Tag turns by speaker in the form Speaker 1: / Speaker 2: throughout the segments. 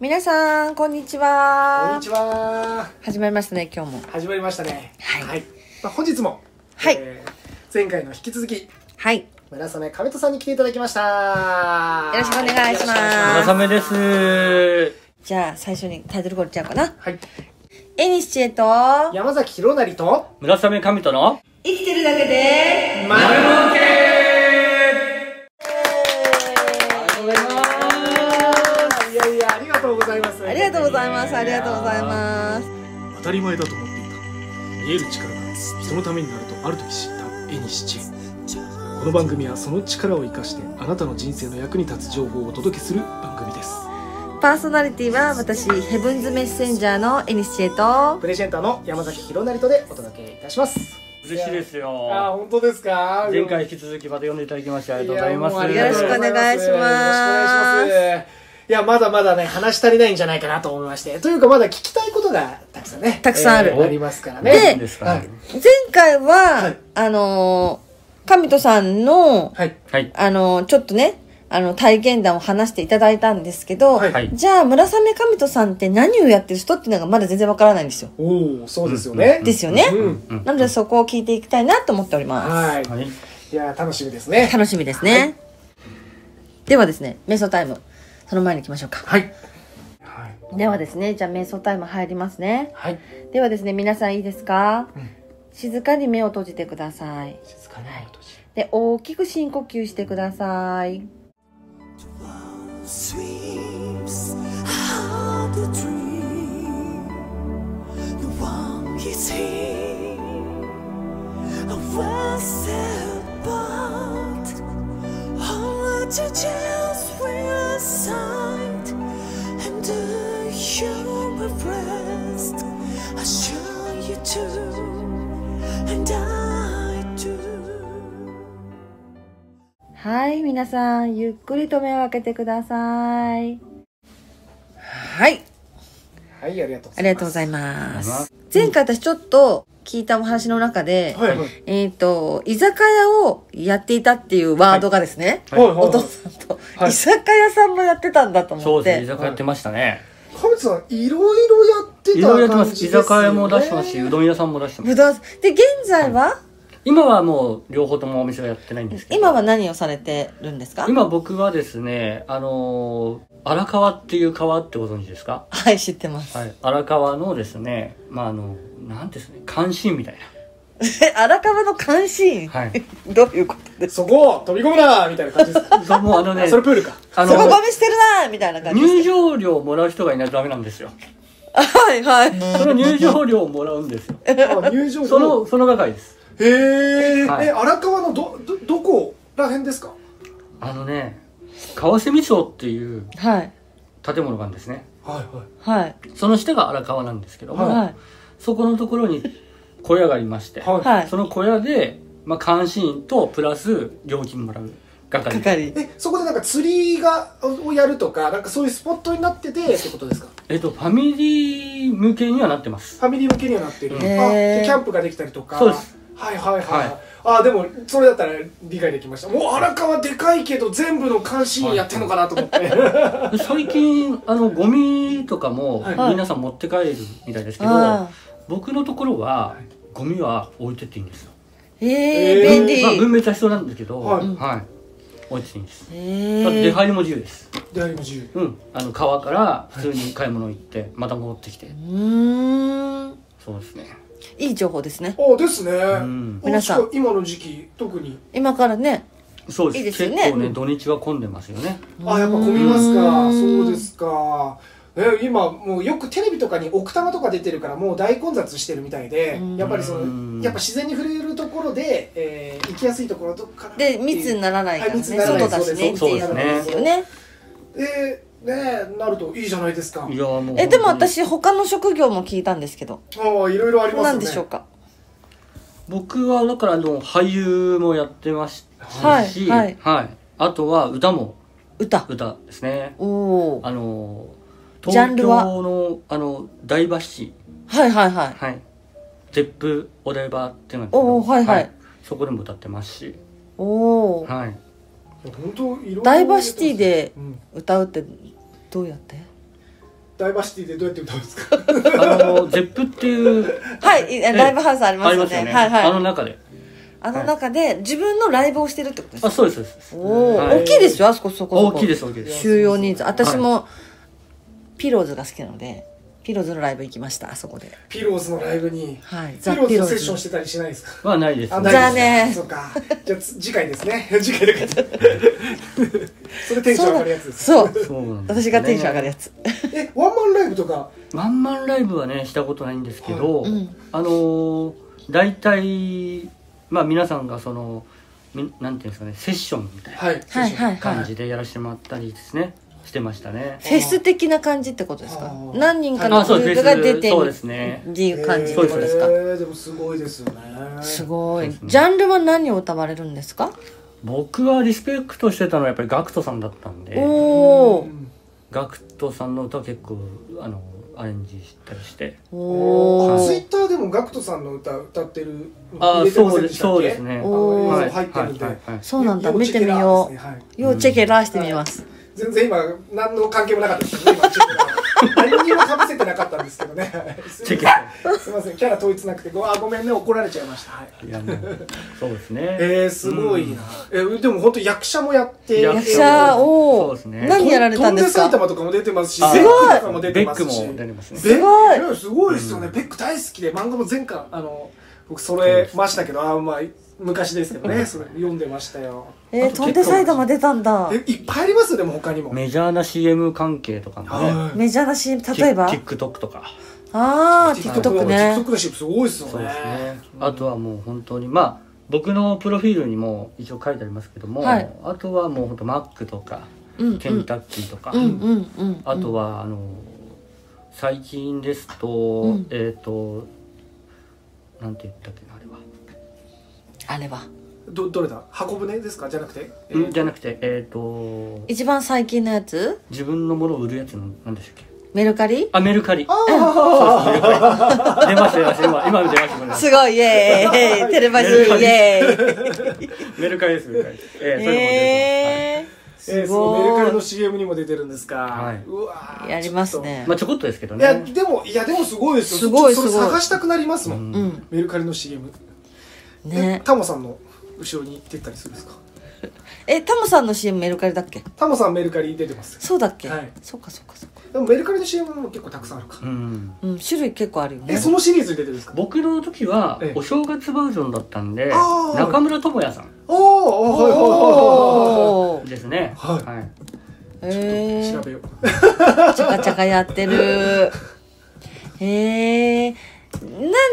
Speaker 1: 皆さんこんにちは
Speaker 2: こんにちは。
Speaker 1: 始まりましたね今日も
Speaker 2: 始まりましたね。
Speaker 1: はい
Speaker 2: まあ、本日も、
Speaker 1: はい
Speaker 2: えー前回の引き続き、
Speaker 1: はいよ
Speaker 2: 村雨亀戸さんに来ていただきました。
Speaker 1: ろしくお願いしま
Speaker 3: 村
Speaker 1: す
Speaker 3: 雨です。
Speaker 1: じゃあ最初にタイトルコールちゃうかな
Speaker 2: はい。
Speaker 1: エニシチエと
Speaker 2: 山崎弘成と、
Speaker 3: 村雨神との
Speaker 1: 生きてるだけで
Speaker 2: 丸儲けいやいや、ありがとうございます。
Speaker 1: ありがとうございますありがとうございます
Speaker 4: 当たり前だと思っていた見える力がそのためになるとある時知った絵にしちこの番組はその力を生かしてあなたの人生の役に立つ情報をお届けする番組です
Speaker 1: パーソナリティは私ヘブンズメッセンジャーのエニシチエと
Speaker 2: プレゼンターの山崎弘成とでお届けいたします。
Speaker 3: 嬉しいです
Speaker 2: あ
Speaker 3: よ。
Speaker 2: ー、本当ですか
Speaker 3: 前回引き続きまた呼んでいただきましてありがとうございます。
Speaker 2: やもうありがとうござます
Speaker 1: よろしくお願いします
Speaker 2: よろしくお願いしますいや、まだまだね、話し足りないんじゃないかなと思いまして。というか、まだ聞きたいことがたくさんね。
Speaker 1: たくさんある
Speaker 2: えーありますからね。
Speaker 1: で
Speaker 3: 何ですか
Speaker 2: は
Speaker 3: はい
Speaker 2: い。
Speaker 1: 前回は、
Speaker 2: はい
Speaker 1: あのー神戸さんの、
Speaker 2: はい。
Speaker 3: はい。
Speaker 1: あのーちょっとねあの体験談を話していただいたんですけど、
Speaker 2: はい
Speaker 3: はい
Speaker 1: じゃあ村雨神戸さんって何をやってる人っていうのがまだ全然わからないんですよ
Speaker 2: おお、そうですよね。
Speaker 1: ですよね、
Speaker 2: うん。
Speaker 3: うん
Speaker 1: なのでそこを聞いていきたいなと思っておりま
Speaker 2: は。
Speaker 3: はいい。
Speaker 2: いや、楽しみですね
Speaker 1: す。楽しみですね、ではですね瞑想タイムその前に行きましょうか
Speaker 2: はい。はい。
Speaker 1: ではですねじゃあ瞑想タイム入りますね
Speaker 2: はい。
Speaker 1: ではですね皆さんいいですか、
Speaker 2: うん
Speaker 1: 静かに目を閉じてください
Speaker 2: 静かに音とし
Speaker 1: で大きく深呼吸してください
Speaker 5: sweeps out the dream. The one is here. I was set apart. All the details were assigned. And do you refreshed? I sure you do. And I do.
Speaker 1: はい皆さんゆっくりと目を開けてくださいはい
Speaker 2: て。はい、ありがと
Speaker 1: あ
Speaker 2: うござ
Speaker 1: りが
Speaker 2: いま
Speaker 1: とうございま
Speaker 3: ありがとうございます
Speaker 1: 前回私ちょっと聞いたお話の中で、
Speaker 2: す。はい。はい。
Speaker 1: えっ、と居酒屋をやっていたっていうワードがですね、
Speaker 3: はい
Speaker 2: はい。
Speaker 1: お
Speaker 2: は
Speaker 1: 父
Speaker 2: い。
Speaker 1: さんと、
Speaker 2: はい
Speaker 1: 居酒屋さんもやってたんだと
Speaker 3: そ
Speaker 1: 思っ
Speaker 3: うです
Speaker 1: て
Speaker 3: ね。居酒屋やってましたね。
Speaker 2: 亀田さん、いろいろやってた
Speaker 3: いろいろやってま
Speaker 2: 感
Speaker 3: す。
Speaker 2: じ
Speaker 3: 居
Speaker 2: ですよね
Speaker 3: 酒屋も出してますし、うどん屋さんも出してます。
Speaker 1: ぶどうで現在は、
Speaker 3: 今はもう両方ともお店はやってないんですけど。
Speaker 1: 今は何をされてるんですか
Speaker 3: 今僕はですね、あのー荒川っていう川ってご存知ですか
Speaker 1: はい知ってます
Speaker 3: はい。荒川のですね、まああの、なんていうんですね、関心みたい
Speaker 1: え荒川の監視員、
Speaker 3: な。はい。
Speaker 1: どういうことです
Speaker 2: そこ、飛び込むなみたいな感じですか
Speaker 3: そもうあのね、
Speaker 2: それプールか。
Speaker 3: あ
Speaker 1: そこゴミ捨てるなーみたいな感じ
Speaker 3: 入
Speaker 1: です
Speaker 3: 場料をもらう人がいないとダメなんですよ。
Speaker 1: かはいはい
Speaker 3: その入場料をもらうんですよ。
Speaker 2: あ入場
Speaker 3: その、その係です。
Speaker 2: へえ、
Speaker 3: はい
Speaker 2: え、荒川のど、ど、どこら辺ですか
Speaker 3: あのね、川蝉町っていう
Speaker 1: はい
Speaker 3: 建物があるんですね。
Speaker 2: はいはい。
Speaker 1: はい
Speaker 3: その下が荒川なんですけども、
Speaker 1: はい
Speaker 3: そこのところに小屋がありまして、
Speaker 2: はい
Speaker 1: はい
Speaker 3: その小屋で、まあ、監視員とプラス料金もらう係。
Speaker 1: 係
Speaker 2: え、そこでなんか釣りが、をやるとか、なんかそういうスポットになっててってことですか
Speaker 3: えっと、ファミリー向けにはなってます。
Speaker 2: ファミリー向けにはなってる。あ、
Speaker 3: へ
Speaker 1: ー
Speaker 2: でキャンプができたりとか。
Speaker 3: そうです
Speaker 2: はいはいはい。
Speaker 3: はい
Speaker 2: あ、でも、それだったら理解できました。もう荒川でかいけど、全部の監視員やってんのかなと思 って。
Speaker 3: で最近、あの、ゴミとかも
Speaker 2: はい
Speaker 3: 皆さん持って帰るみたいですけど、
Speaker 1: あ
Speaker 3: 僕のところは、ゴミは置いてっていいんですよ。
Speaker 1: ーえー、
Speaker 2: えー
Speaker 1: 便利
Speaker 3: まあ、分別は必要なんですけど、
Speaker 2: は
Speaker 3: はいい、置いてていいんです。
Speaker 1: え
Speaker 3: だって出
Speaker 1: ー、
Speaker 3: 入りも自由です。
Speaker 2: で、あれも自由。
Speaker 3: うん、あの川から普通に買い物行って、また戻ってきて
Speaker 1: う。ーん
Speaker 3: そうですね。
Speaker 1: いい情報ですね
Speaker 2: あ、ですね。
Speaker 3: ん
Speaker 1: 皆さん
Speaker 2: もしか今の時期、特に。
Speaker 1: 今からね
Speaker 3: そうです。
Speaker 1: いいですよね
Speaker 3: 結構ね、土日は混んでますよね。
Speaker 2: あ、やっぱ混みますか。そうですか。え、今、もうよくテレビとかに奥多摩とか出てるから、もう大混雑してるみたいで
Speaker 1: うん、
Speaker 2: やっぱりそ
Speaker 3: うん
Speaker 2: の、やっぱ自然に触れるところで、えー行きやすいところとかなってい
Speaker 1: で
Speaker 2: う
Speaker 1: 密にならないからね
Speaker 2: はい密にならな
Speaker 1: 外
Speaker 2: い
Speaker 1: だしねって
Speaker 3: そう
Speaker 1: い
Speaker 3: です
Speaker 1: う
Speaker 3: ね
Speaker 1: ですよね
Speaker 2: えーねなるといいじゃないですか。
Speaker 3: いやー、もう。
Speaker 1: えでも
Speaker 3: 本当に。
Speaker 1: 私他の職業も聞いたんですけど
Speaker 2: ああ、いろいろありますよね。
Speaker 1: 何でしょうか
Speaker 3: 僕は、だから、あの、俳優もやってましたし、
Speaker 1: はいはい
Speaker 3: はいあとは、歌も、
Speaker 1: 歌
Speaker 3: 歌ですね。
Speaker 1: おおー
Speaker 3: あのー、
Speaker 1: ジャン
Speaker 3: 東
Speaker 1: ルは
Speaker 3: 京の、あの、台場市、
Speaker 1: はいはいはい
Speaker 3: はい。ゼップお台場ってなんですけど
Speaker 1: おーはいはい
Speaker 3: そこでも歌ってますし、
Speaker 1: おお
Speaker 3: はい。
Speaker 2: 本当いろいろ
Speaker 1: ダイバーシティで
Speaker 2: うん
Speaker 1: 歌うってどうやって
Speaker 2: ダイバーシティでどうやって歌うんですか
Speaker 3: あの、ゼップっていう、
Speaker 1: はい、いライブハウスありま
Speaker 3: あ
Speaker 1: す
Speaker 3: り
Speaker 1: よ
Speaker 3: ますよ
Speaker 1: ね。
Speaker 3: ね。
Speaker 1: はいはい。
Speaker 3: あの中で。
Speaker 1: あの中で自分のライブをしてるってことです
Speaker 3: あ、
Speaker 1: か
Speaker 3: そうです、そうです。
Speaker 1: おお、
Speaker 3: はい
Speaker 1: 大きいですよ、あそこそこそ
Speaker 3: 大
Speaker 1: こ。
Speaker 3: きいです、大きいです。
Speaker 1: 収容人数。私も、ピローズが好きなので、ピローズのライブ行きました、あそこで。
Speaker 2: ピローズのライブに
Speaker 1: はい。
Speaker 2: ピローズのセッションしてたりしないですか
Speaker 3: はないです。
Speaker 2: あ
Speaker 1: じゃあね
Speaker 2: そうかじゃあつ次回ですね 次回で かそれテンション上がるやつです
Speaker 1: そうだ。そう。
Speaker 3: そうなんです
Speaker 1: 私がテンション上がるやつ。
Speaker 2: えワンマンライブとか
Speaker 3: ワンマンライブはねしたことないんですけど、
Speaker 1: いうん
Speaker 3: あのー大体まあ皆さんがそのみなんていうんですかねセッションみたい
Speaker 2: はい
Speaker 1: はいはい
Speaker 3: な感
Speaker 1: はい。
Speaker 3: じでやらせてもらったりですね、してましたね
Speaker 1: フェス的な感じってことです
Speaker 2: あ
Speaker 1: か
Speaker 2: ー
Speaker 1: 何人か
Speaker 3: あ
Speaker 1: の
Speaker 3: そう
Speaker 1: グループが出てる
Speaker 3: そうですね
Speaker 1: っていう感じってことですか
Speaker 2: えーでもすごいですよね
Speaker 1: すごい
Speaker 3: そうです。ね
Speaker 1: ジャンルは何を歌われるんですか
Speaker 3: 僕はリスペクトしてたのはやっぱり GACKT さんだったんで
Speaker 1: おー。
Speaker 3: GACKT さんの歌を結構あのアレンジしたりして
Speaker 1: お
Speaker 2: ツイ
Speaker 1: ー。
Speaker 2: ッターでもガクトさんの歌歌ってる入
Speaker 3: ああ
Speaker 2: れてま
Speaker 3: そ
Speaker 2: せ
Speaker 3: うんで
Speaker 2: でしたっけ
Speaker 3: そうですね
Speaker 2: あの
Speaker 1: お
Speaker 2: 映
Speaker 1: ー
Speaker 2: 像入ってるんで、
Speaker 3: はいはいはい
Speaker 1: そうなんだ。
Speaker 2: よ
Speaker 1: 見てみよ。
Speaker 2: チェケラーですねはいう
Speaker 1: 要チェケラーしてみます。
Speaker 2: 全然今何の関係もなかったですね今チェケラー何にもかぶせてなかったんです けどね
Speaker 3: チェケラ
Speaker 2: すみませんキャラ統一なくてごあごめんね怒られちゃいました、はい
Speaker 3: いやもうそうです ね
Speaker 2: えー、すごいな、えでも本当役者もやって
Speaker 3: 役
Speaker 1: 役者
Speaker 3: そ
Speaker 1: を
Speaker 3: うですね
Speaker 1: 何やられたんです
Speaker 2: 飛
Speaker 1: か
Speaker 2: んで埼玉とかも出てますし
Speaker 3: あ
Speaker 2: ベックと
Speaker 3: ベ
Speaker 2: かも出て
Speaker 3: ッ
Speaker 2: ま
Speaker 3: ク
Speaker 2: すし
Speaker 3: も出てますね
Speaker 2: す
Speaker 1: ごい
Speaker 2: すごいですよね、ベック大好きで漫画も前回あの僕それましたけどあまあ昔ですけどねそれ読んでましたよ
Speaker 1: えー、飛んで埼玉出たんだ
Speaker 2: えいっぱいありますよでも他にも
Speaker 3: メジャーな CM 関係とかもね、
Speaker 2: はい
Speaker 1: メジャーなシーン例えば
Speaker 3: TikTok とか
Speaker 1: ああ TikTok
Speaker 2: TikTok
Speaker 1: ね
Speaker 2: TikTok だしすごいですよね
Speaker 3: そうですね、あとはもう本当にまあ僕のプロフィールにも一応書いてありますけども、
Speaker 1: はい
Speaker 3: あとはもう本当マックとか
Speaker 1: うんうん
Speaker 3: ケンタッキーとか、
Speaker 1: うんうんうん
Speaker 3: あとはあの最近ですと、
Speaker 1: うん
Speaker 3: えっ、となんて言ったっけな
Speaker 1: あ
Speaker 3: あれは、
Speaker 1: れは
Speaker 2: どどれだ箱舟ですかじゃなくて、え
Speaker 3: んじゃなくてえっ、と
Speaker 1: 一番最近のやつ
Speaker 3: 自分のものを売るやつのなんでしたっけ
Speaker 1: メルカリ
Speaker 3: あメルカリそうですメルカリ出ました出ました今今出ました出まし
Speaker 1: すごいイエ ーイテレパシーイエ
Speaker 3: たメルカリですメルカリですえ
Speaker 1: ー
Speaker 3: ー
Speaker 1: イ
Speaker 3: そ
Speaker 1: えー
Speaker 2: えー
Speaker 3: れも出てますはい
Speaker 1: す
Speaker 2: そうメルカリ
Speaker 1: ご
Speaker 2: の
Speaker 1: い
Speaker 2: CM にも出てるんですか、
Speaker 3: はいう
Speaker 2: わー
Speaker 1: やりますね
Speaker 3: まあちょこっとですけど
Speaker 2: ちょっ
Speaker 3: ね
Speaker 2: といやでもいやでもすごいですよ
Speaker 1: すごい
Speaker 2: ちょっとそ
Speaker 1: す
Speaker 2: れ
Speaker 1: ごい
Speaker 2: 探したくなりますもん、
Speaker 1: うん
Speaker 2: メルカリの CM え
Speaker 1: ね
Speaker 2: タモさんの後ろに出たりするんですか
Speaker 1: えタモさんの CM メルカリだっけ
Speaker 2: タモさんメルカリ出てます
Speaker 1: そうだっけ
Speaker 2: はい
Speaker 1: そうかそうかそうか
Speaker 2: でもメルカリの CM も結構たくさんあるか、
Speaker 3: うん
Speaker 1: うん種類結構あるよ
Speaker 2: え
Speaker 1: ね
Speaker 2: そのシリーズに出てるんですか
Speaker 3: 僕の時は
Speaker 2: ええ
Speaker 3: お正月バージョンだったんで
Speaker 2: あー
Speaker 3: 中村智也さん
Speaker 2: おおはいはいは
Speaker 1: おー
Speaker 3: ですね
Speaker 2: はい
Speaker 1: え
Speaker 2: いはいはい
Speaker 1: ー
Speaker 2: 調べよう
Speaker 1: チャカチャカやってる。へえな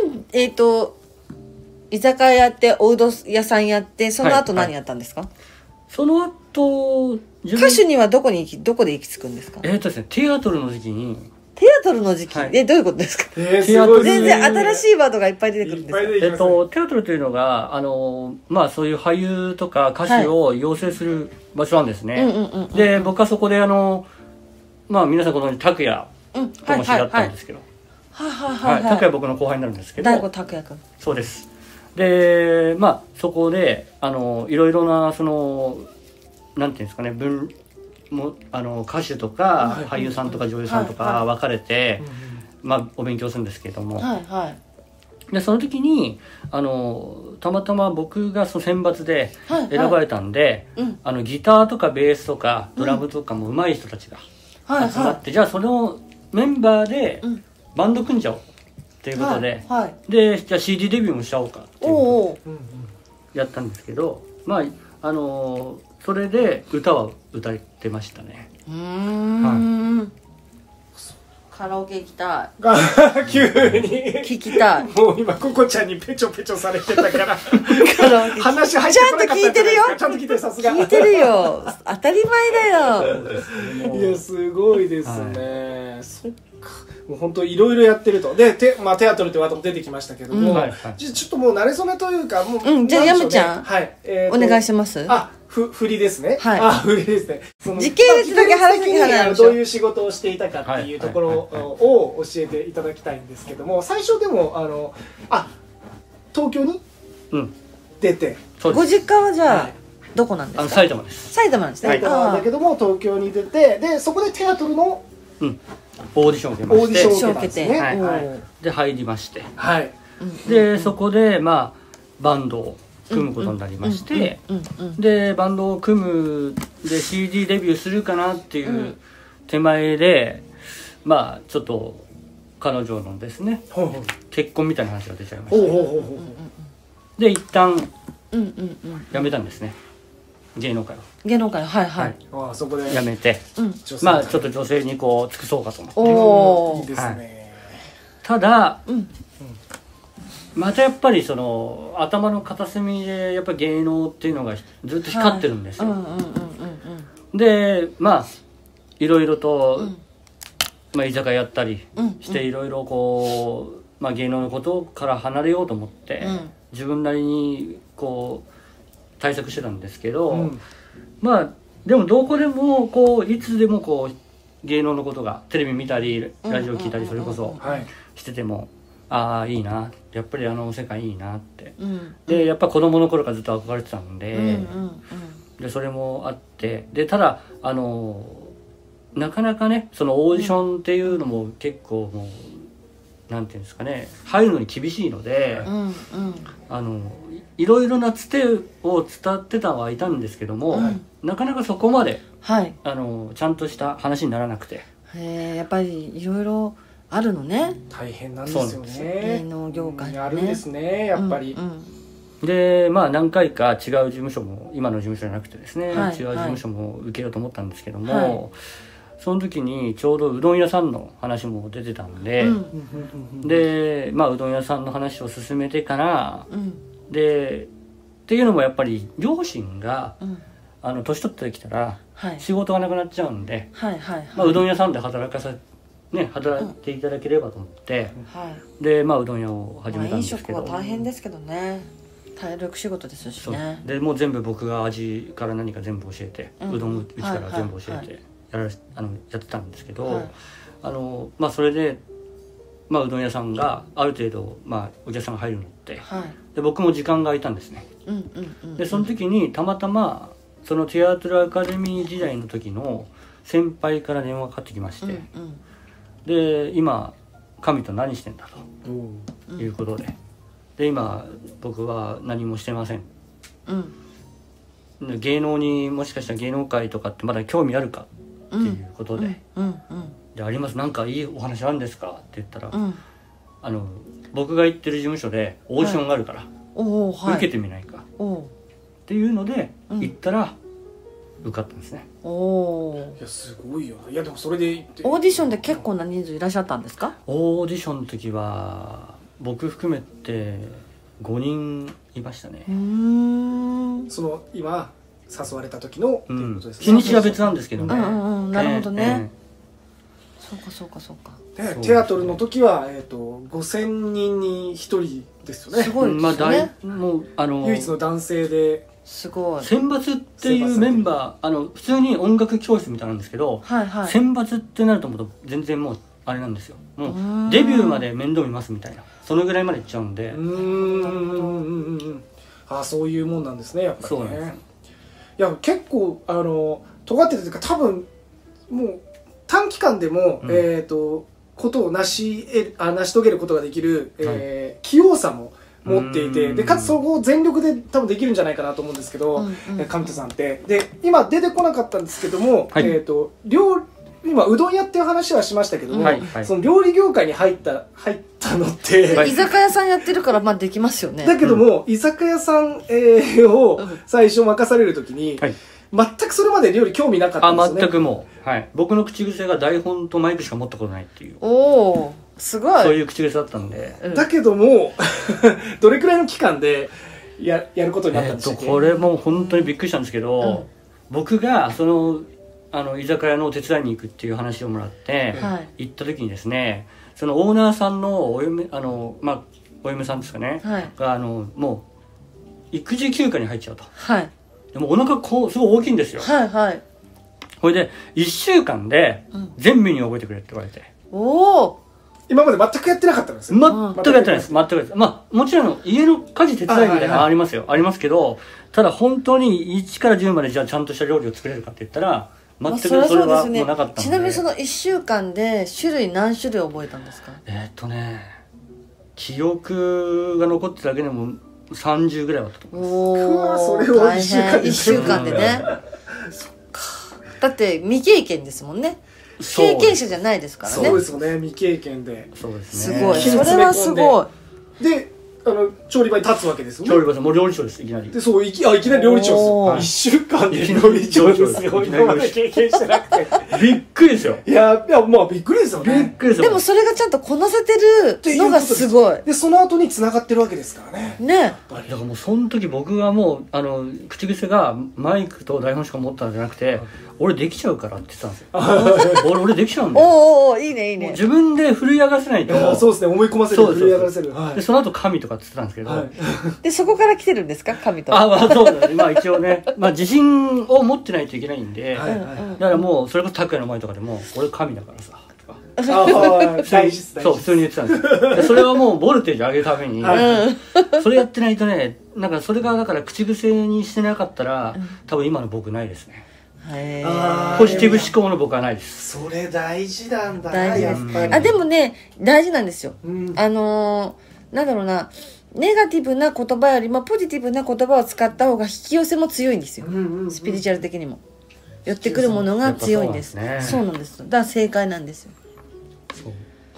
Speaker 1: ん、えっ、と、居酒屋やって、おうどん屋さんやって、その後
Speaker 3: はい
Speaker 1: 何やったんですか、
Speaker 3: その後自分
Speaker 1: 歌手にはどこに行き、どこで行き着くんですかテ
Speaker 3: えっとですねテアトルの時期に
Speaker 1: アトルの時期、
Speaker 3: はい
Speaker 1: え、どういうことですか
Speaker 2: えー、
Speaker 3: テ
Speaker 2: す
Speaker 3: アト
Speaker 2: ごい
Speaker 3: ル
Speaker 1: 全然新し
Speaker 2: い
Speaker 1: いワードがいっぱい出てくる
Speaker 2: い
Speaker 1: ん
Speaker 2: っ
Speaker 1: で
Speaker 2: ぱ
Speaker 1: す
Speaker 2: い
Speaker 1: か
Speaker 2: 出てき
Speaker 3: えっ
Speaker 2: ますね
Speaker 3: とテアトルというのがあのまあそういう俳優とか歌手を養成する場所なんですね、
Speaker 1: うんうんうんうん
Speaker 3: で僕はそこであのまあ皆さんご存知拓也
Speaker 1: うん、
Speaker 3: と
Speaker 1: はい
Speaker 3: も知
Speaker 1: はい
Speaker 3: り合
Speaker 1: はい。は
Speaker 3: った
Speaker 1: い
Speaker 3: んですけど
Speaker 1: はい
Speaker 3: は
Speaker 1: はいい
Speaker 3: 拓
Speaker 1: は
Speaker 3: 也
Speaker 1: い。
Speaker 3: 僕の後輩になるんですけど
Speaker 1: 大悟拓也くん。
Speaker 3: そうです。で、まあ、そこで、あの、いろいろな、その、なんていうんですかね、分、もあの歌手とか俳優さんとか女優さんと
Speaker 1: はい
Speaker 3: か分かれて、まあ、お勉強するんですけれども、
Speaker 1: はいはい。
Speaker 3: でその時にあのたまたま僕がその選抜で
Speaker 1: はいはい
Speaker 3: 選ばれたんで、
Speaker 1: うん
Speaker 3: あのギターとかベースとかドラムとかも上手い人たちが
Speaker 1: はい
Speaker 3: 集まっ
Speaker 1: は
Speaker 3: て、じゃあそのメンバーで
Speaker 1: うん
Speaker 3: バンド組んじゃおうとい
Speaker 1: い。
Speaker 3: うことで、
Speaker 1: はいはい。
Speaker 3: でじゃあ CD デビューもしちゃおうかっていうことで
Speaker 1: おうおう
Speaker 2: うんうん
Speaker 3: やったんですけどまああのーそれで歌は歌ってましたね
Speaker 1: うーん、カラオケ行きた
Speaker 2: が 急に
Speaker 1: い。聞きたい。
Speaker 2: もう今ココちゃんにペチョペチョされてたから
Speaker 1: カラオケ
Speaker 2: 話入ってこなかったじゃないですか
Speaker 1: ち
Speaker 2: ち
Speaker 1: ゃ
Speaker 2: ゃ
Speaker 1: んと
Speaker 2: んと
Speaker 1: 聞
Speaker 2: 聞
Speaker 1: い
Speaker 2: い
Speaker 1: て
Speaker 2: て
Speaker 1: る
Speaker 2: るさすが
Speaker 1: 聞いてるよ当たり前だよ
Speaker 2: いやすごいですね、そっかもう本当いろいろやってるとでて、まあ、テアトルってワードも出てきましたけども、
Speaker 1: うん
Speaker 3: はいはい
Speaker 2: じゃあちょっともう慣れ初めというかもう、
Speaker 1: うんじゃあ
Speaker 2: なんでしょ
Speaker 1: 山ちゃ
Speaker 2: うね
Speaker 1: ん
Speaker 2: はい、え
Speaker 1: お願いし
Speaker 2: ま
Speaker 1: ます
Speaker 2: あふ振りですね
Speaker 1: はい
Speaker 2: あ振りですねその
Speaker 1: 時系列だけ話してください
Speaker 2: まあ時系列的にあのどういう仕事をしていたかっていうところ
Speaker 3: はいはいはい
Speaker 2: を教えていただきたいんですけども最初でもあのあ東京に
Speaker 3: うん
Speaker 2: 出て
Speaker 3: そう
Speaker 1: ご
Speaker 3: です
Speaker 1: 実家はじゃ
Speaker 2: は
Speaker 1: あ
Speaker 2: い
Speaker 1: どこなんで
Speaker 3: あの
Speaker 1: すか
Speaker 3: 埼玉です
Speaker 1: 埼玉なんですね
Speaker 2: 埼玉だけども東京に出てでそこでテアトルの
Speaker 3: うん、オーディションを受けま
Speaker 2: オー
Speaker 3: し
Speaker 2: ディション
Speaker 3: て
Speaker 2: を受けたんですね。
Speaker 3: はいはい
Speaker 2: うん
Speaker 3: で入りまして
Speaker 2: はい。
Speaker 3: でそこでまあバンドを組むことになりまして、
Speaker 1: うんうん
Speaker 3: でバンドを組むで CD デビューするかなっていう手前で、まあちょっと彼女のですね
Speaker 2: ほうほう
Speaker 3: 結婚みたいな話が出ちゃいま
Speaker 2: ほ
Speaker 3: し
Speaker 2: う
Speaker 3: た
Speaker 2: ほうほうほう
Speaker 3: で一旦
Speaker 1: うんうんうん
Speaker 3: 辞めたんですね芸能界を
Speaker 1: 芸能界はいはい、
Speaker 3: はい
Speaker 2: ほう。ああそこで。
Speaker 3: 辞めて
Speaker 1: うん
Speaker 2: 女性
Speaker 3: まあちょっと女性にこう尽くそうかと思って
Speaker 1: お
Speaker 2: い
Speaker 1: お
Speaker 2: いですね。
Speaker 3: ただ
Speaker 1: うん
Speaker 3: またやっぱりその頭の片隅でやっぱり芸能っていうのがずっと光ってるんです
Speaker 1: う
Speaker 3: よ、
Speaker 1: んうんうんうん
Speaker 3: でまあいろいろと、
Speaker 1: うん
Speaker 3: まあ、居酒屋やったり
Speaker 1: うん
Speaker 3: していろいろこう、まあ、芸能のことから離れようと思って、
Speaker 1: うん
Speaker 3: 自分なりにこう対策してたんですけど、
Speaker 2: うん
Speaker 3: まあでもどこでもこういつでもこう芸能のことがテレビ見たり
Speaker 1: うん
Speaker 3: ラジオ聞いたり
Speaker 1: うん
Speaker 3: それこ
Speaker 1: うんうん
Speaker 3: そ
Speaker 2: はい。
Speaker 3: してても、ああいいなやっぱりあの世界いいなって
Speaker 1: うんうん
Speaker 3: でやっぱ子供の頃からずっと憧れてたんで、
Speaker 1: うんうん
Speaker 3: でそれもあってでただあのなかなかねそのオーディションっていうのも結構もうなんていうんですかね入るのに厳しいので、
Speaker 1: うんうんうん
Speaker 3: あのいいろいろなつてを伝ってたはいたんですけども、
Speaker 1: うん
Speaker 3: なかなかそこまで
Speaker 1: はい
Speaker 3: あのちゃんとした話にならなくて
Speaker 1: へえやっぱりいろいろあるのね
Speaker 2: 大変なんです
Speaker 3: そう
Speaker 2: よ
Speaker 3: なんで
Speaker 2: ね。
Speaker 1: 芸能業界ね
Speaker 2: うんあるんですね。やっぱり
Speaker 1: う。ん
Speaker 3: でまあ何回か違う事務所も今の事務所じゃなくてですね、
Speaker 1: はい
Speaker 3: 違う事務所も受けようと思ったんですけども、
Speaker 1: はい
Speaker 3: その時にちょうどうどん屋さんの話も出てたんで。
Speaker 1: うん
Speaker 2: うんうんうんうん
Speaker 3: で、まあ、うどん屋さんの話を進めてから
Speaker 1: うん
Speaker 3: でっていうのもやっぱり両親が
Speaker 1: うん
Speaker 3: あの年取ってきたら
Speaker 1: はい
Speaker 3: 仕事がなくなっちゃうんで、
Speaker 1: はいはい
Speaker 3: まあ、
Speaker 1: は
Speaker 3: うどん屋さんで働かさね働いていただければと思って、
Speaker 1: いはい
Speaker 3: で、まあ、うどん屋を始
Speaker 1: まあ
Speaker 3: めたん
Speaker 1: 飲
Speaker 3: ですけ
Speaker 1: 食は
Speaker 3: ど、
Speaker 1: 大変ですけどね体力仕事ですし
Speaker 3: そう
Speaker 1: ね
Speaker 3: でもう全部僕が味から何か全部教えて、
Speaker 1: う
Speaker 3: うんどん打ちから全部教
Speaker 1: は
Speaker 3: え
Speaker 1: いはいは
Speaker 3: てやらしあのやってたんですけど、
Speaker 1: はい
Speaker 3: あのまあ、それで、まあ、うどん屋さんがある程度、まあ、お客さんが入るのって
Speaker 1: はい
Speaker 3: で僕も時間が空いたんですね
Speaker 1: うんうんうん
Speaker 3: でその時にたまたまそのテアトルアカデミー時代の時の先輩から電話がかかってきまし
Speaker 1: うん
Speaker 3: て、
Speaker 1: うん
Speaker 3: で今神と何してんだ
Speaker 1: う
Speaker 3: と
Speaker 1: ん
Speaker 3: いうことで、で今僕は何もしてません
Speaker 1: うん
Speaker 3: 芸能にもしかしたら芸能界とかってまだ興味あるかっていうことで「
Speaker 1: うんうん
Speaker 3: でありますなんかいいお話あるんですか?」って言ったら、
Speaker 1: うん
Speaker 3: あの僕が行ってる事務所でオーディションがあるから、
Speaker 1: おおはい
Speaker 3: 受けてみないかっ
Speaker 1: おお
Speaker 3: ていうので、
Speaker 1: うん
Speaker 3: 行ったら受かったんですね
Speaker 1: おお
Speaker 2: いやすごいよな。いやでもそれで言って。
Speaker 1: オーディションで結構な人数いらっしゃったんですか
Speaker 3: オーディションの時は僕含めて5人いましたね
Speaker 1: うー、んうん
Speaker 2: その今誘われた時のってい
Speaker 3: う
Speaker 2: うんことですね
Speaker 3: 日にちは別なんですけど
Speaker 1: う
Speaker 3: ね、
Speaker 1: んうんなるほどね
Speaker 3: え
Speaker 1: そうかそうかそうか
Speaker 2: ね
Speaker 3: すね
Speaker 2: テアトルの時は、えー、と5000人に1人ですよね
Speaker 1: す
Speaker 3: え
Speaker 1: ごい
Speaker 3: まあ
Speaker 1: です
Speaker 3: だい
Speaker 1: ね
Speaker 3: もうあの
Speaker 2: 唯一の男性です
Speaker 1: ごい
Speaker 3: 選抜っていうメンバーあの普通に音楽教室みたいなんですけど、
Speaker 1: はいはい
Speaker 3: 選抜ってなるともう全然もうあれなんですよ
Speaker 1: う
Speaker 3: も
Speaker 1: ーん
Speaker 3: うデビューまで面倒見ますみたいなそのぐらいまでいっちゃうんで、
Speaker 2: うーんうんうんうんああそういうもんなんですねやっぱり
Speaker 3: そうなんです
Speaker 2: ね
Speaker 3: よ
Speaker 2: いや結構あの尖ってるというか多分もう短期間でも、
Speaker 3: うん
Speaker 2: えっ、とことを成しえあ成し遂げることができる、えー器用さも持っていて
Speaker 3: うん
Speaker 2: でかつそこを全力で多分できるんじゃないかなと思うんですけど、
Speaker 1: うんうん
Speaker 2: 神田さんってで今出てこなかったんですけども、
Speaker 3: はい
Speaker 2: えっ、と料今うどん屋っていう話はしましたけども、
Speaker 3: はいはい
Speaker 2: その料理業界に入った入ったのって、
Speaker 3: はい
Speaker 1: 居酒屋さんやってるからまあできますよね
Speaker 2: だけども、居酒屋さん、えーを
Speaker 1: うん
Speaker 2: 最初任されるときに、
Speaker 3: はい
Speaker 2: 全くそれまで料理興味なかったんです
Speaker 3: あ
Speaker 2: よね。
Speaker 3: 全くもう、はい、僕の口癖が台本とマイクしか持ったことないっていう、
Speaker 1: おおすごい
Speaker 3: そういう口癖だったんで
Speaker 1: うん
Speaker 2: だけども、 どれくらいの期間でややることになった
Speaker 3: え
Speaker 2: ん
Speaker 3: っ
Speaker 2: でしょ
Speaker 3: と
Speaker 2: う
Speaker 3: これもう本当にびっくりしたんですけど、
Speaker 1: うん
Speaker 3: 僕がそのあの居酒屋のお手伝いに行くっていう話をもらって、
Speaker 1: はい
Speaker 3: 行った時にですねそのオーナーさんのお嫁あの、まあ、お嫁さんですかね、
Speaker 1: はい
Speaker 3: があのもう育児休暇に入っちゃうと
Speaker 1: はい
Speaker 3: でもお腹こうすごい大きいんですよ
Speaker 1: はいはい
Speaker 3: それで1週間で
Speaker 1: うん
Speaker 3: 全メニュー覚えてくれって言われて
Speaker 1: おお
Speaker 2: 今まで全くやってなかったんですよ。
Speaker 3: 全くやってないです全くやってないまあもちろん家の家事手伝いみた
Speaker 2: あ
Speaker 3: いな
Speaker 2: はいは
Speaker 3: の
Speaker 2: い
Speaker 3: ありますよありますけどただ本当に1から10までじゃあちゃんとした料理を作れるかって言ったら
Speaker 1: まあ
Speaker 3: 全くそれ
Speaker 1: りゃ
Speaker 3: は
Speaker 1: う
Speaker 3: もうなかったんで
Speaker 1: ちなみにその1週間で種類何種類覚えたんですか
Speaker 3: えーっとね記憶が残ってるだけでも30ぐらいはあったと思う
Speaker 1: お
Speaker 2: わそ
Speaker 1: お
Speaker 2: れを
Speaker 1: 大
Speaker 2: 一週間
Speaker 1: 変
Speaker 2: で
Speaker 1: 1週間でねそっかだって未経験ですもんね
Speaker 3: そう
Speaker 1: 経験者じゃないですから
Speaker 2: そう
Speaker 1: ね
Speaker 2: ですよね未経験で
Speaker 3: そうです
Speaker 1: す
Speaker 3: ね
Speaker 1: ごい
Speaker 2: 切り
Speaker 1: それ
Speaker 2: 詰め込ん
Speaker 1: は
Speaker 2: です
Speaker 1: ごい
Speaker 2: であの調理場に立つわけです
Speaker 3: 調
Speaker 2: よね
Speaker 3: 理場さんもう料理長ですいきなり
Speaker 2: でそういきあいきなり料理長
Speaker 1: おー
Speaker 2: ですよ1週間で
Speaker 3: いきなり
Speaker 2: 料理長ですよ
Speaker 3: いきなり
Speaker 2: 今まで経験してなくて
Speaker 3: びっくりですよ
Speaker 2: いやいやまあびっくりですよ
Speaker 3: びっ
Speaker 2: ね
Speaker 3: くりですよ
Speaker 1: でもそれがちゃんとこなせてるのがすごい
Speaker 2: でその後に繋がってるわけですからね
Speaker 1: ね
Speaker 3: あれだからもうその時僕はもうあの口癖がマイクと台本しか持ったんじゃなくて俺できちゃうからって言ってたんですよ 俺俺できちゃうんだよ
Speaker 1: おうおうおういいねいい
Speaker 3: もう
Speaker 1: ね
Speaker 3: 自分で振り上がせないと
Speaker 2: あー そうですね思い込ませる
Speaker 3: そうです
Speaker 2: 震え上がらせるは
Speaker 3: で
Speaker 2: い
Speaker 3: その後神とかって言ってたんですけど、
Speaker 2: はい
Speaker 1: でそこから来てるんですか神と
Speaker 3: あまあそうだねまあ一応ね、まあ、自信を持ってないといけないんで、
Speaker 2: はいはい
Speaker 3: だからもうそれこそ拓哉の前とかでも「俺神だからさ」とか
Speaker 2: あー大事です大
Speaker 3: そう
Speaker 2: 事
Speaker 3: 普
Speaker 2: です
Speaker 3: 通に言ってたんですよでそれはもうボルテージ上げるた めに、それやってないとねなんかそれがだから口癖にしてなかったら多分今の僕ないですね
Speaker 1: へ
Speaker 2: あ
Speaker 1: ー
Speaker 2: ー
Speaker 3: ポジティブ思考の僕はないです
Speaker 2: それ大事なんだな
Speaker 1: 大事
Speaker 2: や
Speaker 1: で
Speaker 2: っ
Speaker 1: す
Speaker 2: ぱり
Speaker 1: あでもね大事なんですよ
Speaker 2: うん
Speaker 1: あのーなんだろうなネガティブな言葉よりもポジティブな言葉を使った方が引き寄せも強いんですよ
Speaker 2: うんうんうん
Speaker 1: スピリチュアル的にも寄ってくるものが強いんです
Speaker 3: やっぱ
Speaker 1: そ
Speaker 3: そう
Speaker 1: なんですだから正解なんですよ
Speaker 3: そう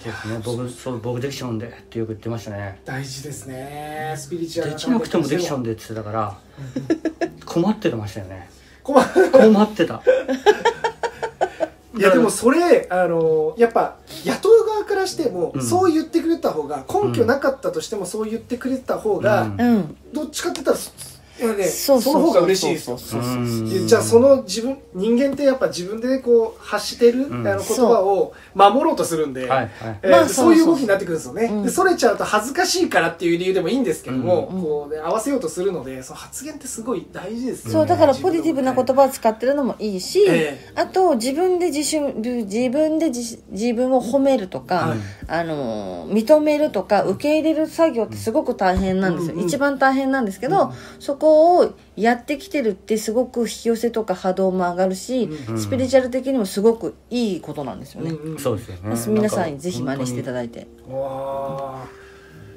Speaker 3: ですね僕そう僕できちゃうんでってよく言ってましたね
Speaker 2: 大事ですねスピリチュアル
Speaker 3: できなくてもできちゃうんんでって言ってた から困ってましたよね
Speaker 2: 困
Speaker 3: 困ってた
Speaker 2: いやでもそれあのやっぱ雇う側からしても、
Speaker 3: うん
Speaker 2: そう言ってくれた方が根拠なかったとしても、そう言ってくれた方が、
Speaker 3: うん
Speaker 1: うん
Speaker 2: どっちかって言ったらそいやね
Speaker 1: そうそう
Speaker 2: その方が嬉しいです
Speaker 1: そう
Speaker 2: よ
Speaker 1: そう
Speaker 3: う
Speaker 1: そうん
Speaker 2: いやじゃあその自分人間ってやっぱ自分でこう発してる、
Speaker 3: ん
Speaker 2: あの言葉を守ろうとするんで、
Speaker 3: はいはい
Speaker 2: えー
Speaker 1: まあ
Speaker 2: そういう
Speaker 1: そうそうそう
Speaker 2: 動きになってくるんですよね、
Speaker 1: うん
Speaker 2: でそれちゃうと恥ずかしいからっていう理由でもいいんですけども、
Speaker 1: うん
Speaker 2: こうね合わせようとするのでその発言ってすごい大事ですよね
Speaker 1: そうだからポジティブな言
Speaker 2: と
Speaker 1: 葉を使ってるのもいいし、
Speaker 2: え
Speaker 1: あと自分で自信自分で自自分を褒めるとか、
Speaker 2: はい
Speaker 1: あの認めるとか受け入れる作業ってすごく大変なんですよ、
Speaker 2: うんうん
Speaker 1: 一番大変なんですけど、そこをやってきてるってすごく引き寄せとか波動も上がるし、
Speaker 2: うん
Speaker 3: うん
Speaker 1: スピリチュアル的にもすごくいいことなんですよね、
Speaker 3: そうですよね
Speaker 1: 皆さんにぜひ真似していた
Speaker 3: だ
Speaker 1: だいて
Speaker 2: わ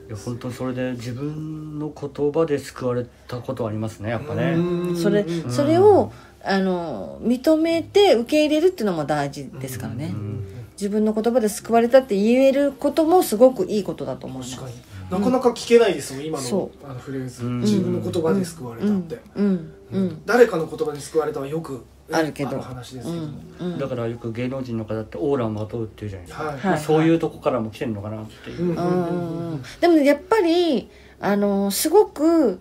Speaker 3: いや本当にそれで自分の言葉で救われたことはありますねやっぱ
Speaker 2: ー
Speaker 3: ね
Speaker 2: うん
Speaker 1: それ
Speaker 2: うん
Speaker 1: それをあの認めて受け入れるっていうのも大事ですからね、
Speaker 3: うん
Speaker 1: 自分の言葉で救われたって言えることもすごくいいことだと思います
Speaker 2: 確かになかなか聞けないですもん今の
Speaker 1: そ
Speaker 2: あのフレーズ
Speaker 3: うん
Speaker 2: 自分の言葉で救われたって
Speaker 1: うんうん
Speaker 2: 誰かの言葉で救われたはよく
Speaker 1: あるけど
Speaker 2: 話です
Speaker 1: う
Speaker 2: けど
Speaker 1: んうん
Speaker 3: だからよく芸能人の方ってオーラをまとうっていうじゃないですか、
Speaker 2: はい
Speaker 1: はい
Speaker 3: そういうとこからも来てるのかなっていう、
Speaker 2: うん
Speaker 1: うんうんうんでもねやっぱりあのすごく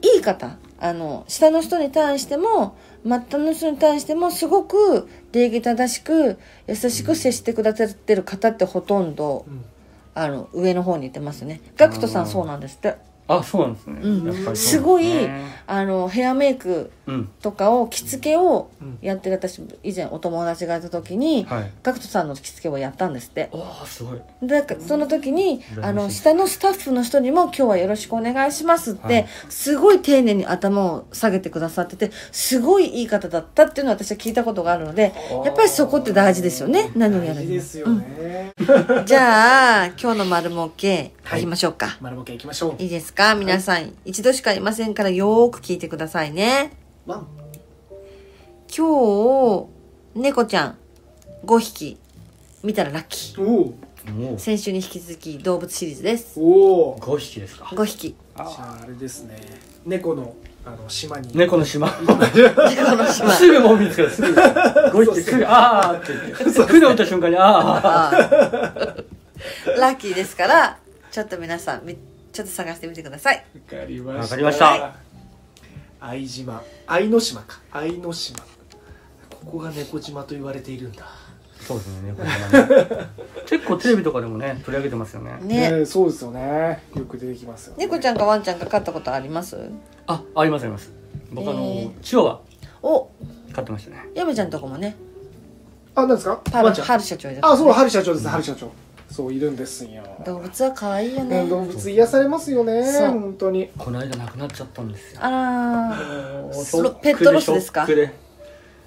Speaker 1: いい方あの下の人に対しても末端の人に対してもすごく礼儀正しく優しく接してくださってる方ってほとんど、
Speaker 2: ん
Speaker 1: あの上の方にいてますね GACKT さんそうなんですって
Speaker 3: あそうなんですね、
Speaker 1: うん
Speaker 3: やっぱりそうなんです
Speaker 1: ごい
Speaker 3: ね
Speaker 1: あのヘアメイク
Speaker 3: うん
Speaker 1: とかを着付けをやってる私以前お友達がいた時に、
Speaker 3: はい
Speaker 1: GACKT さんの着付けをやったんですって
Speaker 3: ああすごい
Speaker 1: だからその時に
Speaker 3: うん
Speaker 1: あ
Speaker 3: 羨ま
Speaker 1: の
Speaker 3: しい
Speaker 1: 下のスタッフの人にも「今日はよろしくお願いします」って、
Speaker 3: はい
Speaker 1: すごい丁寧に頭を下げてくださっててすごいいい方だったっていうのを私は聞いたことがあるのでやっぱりそこって大事ですよね何をや
Speaker 2: 大
Speaker 1: る
Speaker 2: 事
Speaker 1: に
Speaker 2: で
Speaker 1: も
Speaker 2: すよね
Speaker 1: じゃあ今日の丸儲けいきましょうか、
Speaker 2: 丸ボケいきましょう
Speaker 1: い、いですか皆さん、一度しかいませんからよーく聞いてくださいね
Speaker 2: ワン
Speaker 1: 今日猫ちゃん5匹見たらラッキー
Speaker 2: お
Speaker 3: もう
Speaker 1: 先週に引き続き動物シリーズです
Speaker 2: おおー
Speaker 3: 5匹ですか
Speaker 1: 5匹
Speaker 2: じゃああれですね猫のあの島に
Speaker 3: 猫の 島
Speaker 1: 猫の島
Speaker 3: すぐもう見つけたすぐ5匹すぐああって言って船を打った瞬間にああ
Speaker 1: ああラッキーですからちょっと皆さんみちょっと探してみてください
Speaker 2: わかりま
Speaker 3: わかりました
Speaker 2: 愛島愛の島か愛の島ここが猫島と言われているんだ
Speaker 3: そうですね猫の島ね結構テレビとかでもね取り上げてますよね
Speaker 1: ね
Speaker 2: えそうですよねよく出てきますよね
Speaker 1: 猫ちゃんかワンちゃんか飼ったことあります
Speaker 3: あありますあります僕あの、
Speaker 1: えー
Speaker 3: チワワ
Speaker 1: お
Speaker 3: 飼ってましたね
Speaker 1: やめちゃんとこもね
Speaker 2: あなんですか
Speaker 1: パ
Speaker 2: ワ
Speaker 1: ル
Speaker 2: ンちゃん
Speaker 1: 春社長じゃ
Speaker 2: あ、そう、春社長です、春社長。そう、いるんですよ。
Speaker 1: 動物は可愛いよ
Speaker 2: ね
Speaker 1: ね
Speaker 2: 動物癒されますよね、
Speaker 1: そう
Speaker 2: 本当に。
Speaker 3: この間亡くなっちゃったんですよ
Speaker 1: あらー
Speaker 3: そう
Speaker 1: ロペットロスですか
Speaker 3: ショックで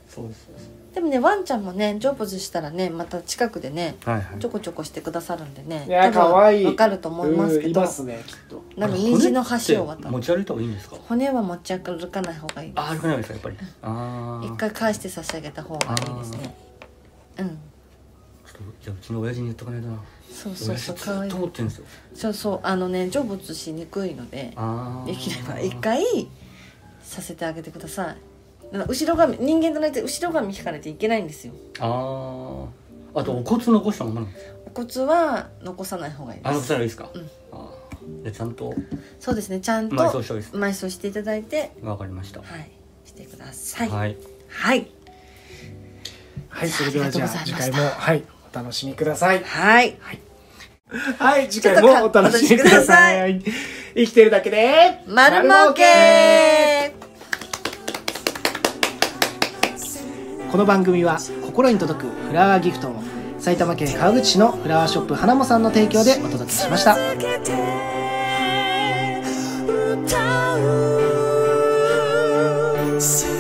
Speaker 3: そうですそうです
Speaker 1: でもねワンちゃんもね成仏したらねまた近くでね
Speaker 3: はいはい
Speaker 1: ちょこちょこしてくださるんでね
Speaker 2: いや可愛い
Speaker 1: わかると思いますけ
Speaker 2: うんい
Speaker 1: ど
Speaker 2: ますねきっと
Speaker 1: なんか印字の橋を渡
Speaker 3: 持
Speaker 1: る
Speaker 3: ち歩いた方がいいんですか
Speaker 1: 骨は持ち歩かない方がいい
Speaker 3: あ歩かないですかやっぱりああ
Speaker 1: 一回返して差し上げた方がいいですねうん
Speaker 3: じゃあうちの親父に言っとかないとな
Speaker 1: そうそ
Speaker 3: 親
Speaker 1: うそ
Speaker 3: 父
Speaker 1: う
Speaker 3: ず
Speaker 1: 可愛
Speaker 3: っ
Speaker 1: い
Speaker 3: と思ってるんですよ
Speaker 1: そうそうあのね成仏しにくいので
Speaker 3: ああ
Speaker 1: できれば一回させてあげてくださいだから後ろ髪人間となって後ろ髪引かれていけないんですよ
Speaker 3: あーあとお骨残したままなんです
Speaker 1: お骨は残さない方がいい
Speaker 3: あ
Speaker 1: で
Speaker 3: の
Speaker 1: す
Speaker 3: たらいいですか、
Speaker 1: うん
Speaker 3: あーでちゃんと
Speaker 1: そうですねちゃんと
Speaker 3: 埋葬した方がいいです
Speaker 1: 埋葬していただいて
Speaker 3: わかりました
Speaker 1: はいしてください
Speaker 3: は
Speaker 1: はい、
Speaker 3: い
Speaker 1: はい
Speaker 2: はいそれではじゃあ
Speaker 1: あり
Speaker 2: 次
Speaker 1: がとうございました
Speaker 2: 回もはいお楽しみください
Speaker 1: はい
Speaker 2: はい次回もお楽しみください生きてるだけで
Speaker 1: 丸儲け
Speaker 2: この番組は心に届くフラワーギフトを埼玉県川口市のフラワーショップ花もさんの提供でお届けしました
Speaker 5: 続けて歌う